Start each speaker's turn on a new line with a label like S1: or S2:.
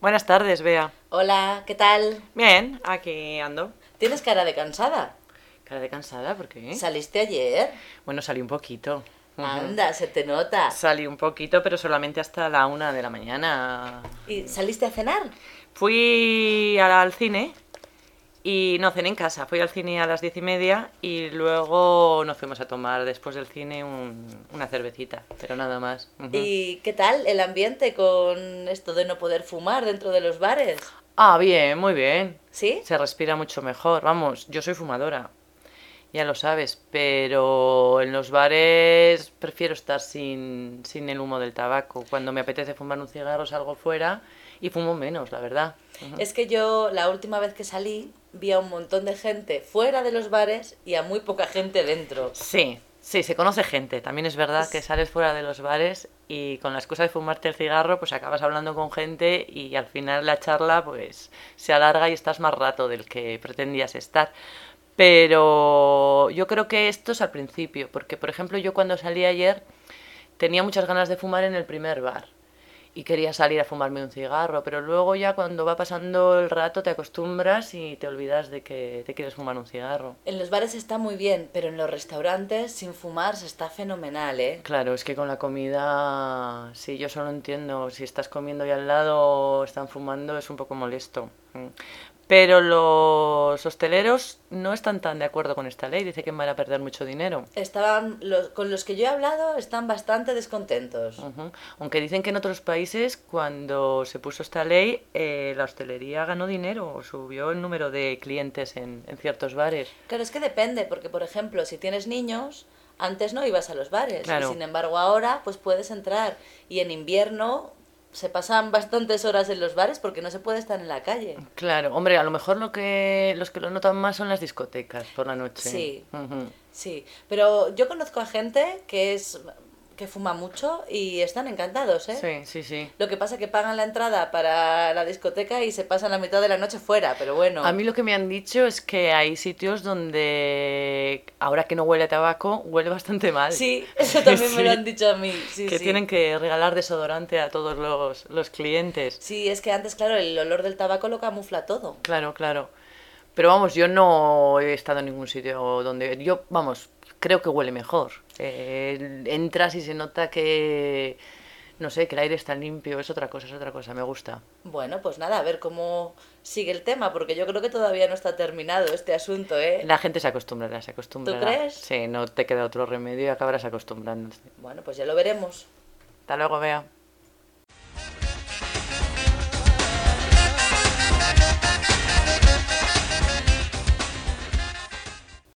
S1: Buenas tardes, Bea.
S2: Hola, ¿qué tal?
S1: Bien, aquí ando.
S2: Tienes cara de cansada.
S1: Cara de cansada, ¿por qué?
S2: ¿Saliste ayer?
S1: Bueno, salí un poquito. ¿Eh? Ujú.
S2: Anda, se te nota.
S1: Salí un poquito, pero solamente hasta la una de la mañana.
S2: ¿Y saliste a cenar?
S1: Fui al, al cine y no cené en casa. Fui al cine a las diez y media y luego nos fuimos a tomar después del cine un- una cervecita, pero nada más. Ujú.
S2: ¿Y qué tal el ambiente con esto de no poder fumar dentro de los bares?
S1: Ah, bien, muy bien.
S2: ¿Sí?
S1: Se respira mucho mejor. Vamos, yo soy fumadora. Ya lo sabes, pero en los bares prefiero estar sin, sin el humo del tabaco. Cuando me apetece fumar un cigarro salgo fuera y fumo menos, la verdad. Ujú.
S2: Es que yo la última vez que salí vi a un montón de gente fuera de los bares y a muy poca gente dentro.
S1: Sí, sí, se conoce gente. También es verdad que sales fuera de los bares y con la excusa de fumarte el cigarro, pues acabas hablando con gente y al final la charla pues se alarga y estás más rato del que pretendías estar. Pero yo creo que esto es al principio, porque por ejemplo yo cuando salí ayer tenía muchas ganas de fumar en el primer bar y quería salir a fumarme un cigarro, pero luego ya cuando va pasando el rato te acostumbras y te olvidas de que te quieres fumar un cigarro.
S2: En los bares está muy bien, pero en los restaurantes sin fumar se está fenomenal, ¿eh?
S1: Claro, es que con la comida, sí, yo solo entiendo, si estás comiendo y al lado están fumando es un poco molesto. Mm. Pero los hosteleros no están tan de acuerdo con esta ley, dice que van a perder mucho dinero.
S2: Estaban los- con los que yo he hablado están bastante descontentos.
S1: Ujú. Aunque dicen que en otros países, cuando se puso esta ley, eh, la hostelería ganó dinero, subió el número de clientes en, en ciertos bares.
S2: Claro, es que depende, porque por ejemplo, si tienes niños, antes no ibas a los bares,
S1: Claro.
S2: y sin embargo ahora pues puedes entrar y en invierno se pasan bastantes horas en los bares porque no se puede estar en la calle.
S1: Claro, hombre, a lo mejor lo que, los que lo notan más son las discotecas por la noche.
S2: Sí.
S1: Ujú.
S2: Sí, pero yo conozco a gente que es que fuma mucho y están encantados, ¿eh?
S1: Sí, sí, sí.
S2: Lo que pasa es que pagan la entrada para la discoteca y se pasan la mitad de la noche fuera, pero bueno.
S1: A mí lo que me han dicho es que hay sitios donde ahora que no huele a tabaco, huele bastante mal.
S2: Sí, eso también me lo
S1: Sí.
S2: han dicho a mí. Sí,
S1: que
S2: sí.
S1: tienen que regalar desodorante a todos los, los clientes.
S2: Sí, es que antes, claro, el olor del tabaco lo camufla todo.
S1: Claro, claro. Pero vamos, yo no he estado en ningún sitio donde... Yo, vamos, creo que huele mejor. Eh, entras y se nota que... No sé, que el aire está limpio, es otra cosa, es otra cosa, me gusta.
S2: Bueno, pues nada, a ver cómo sigue el tema, porque yo creo que todavía no está terminado este asunto, ¿eh?
S1: La gente se acostumbrará, se acostumbrará.
S2: crees?
S1: Sí, no te queda otro remedio y acabarás acostumbrándote.
S2: Bueno, pues ya lo veremos.
S1: Hasta luego, Bea.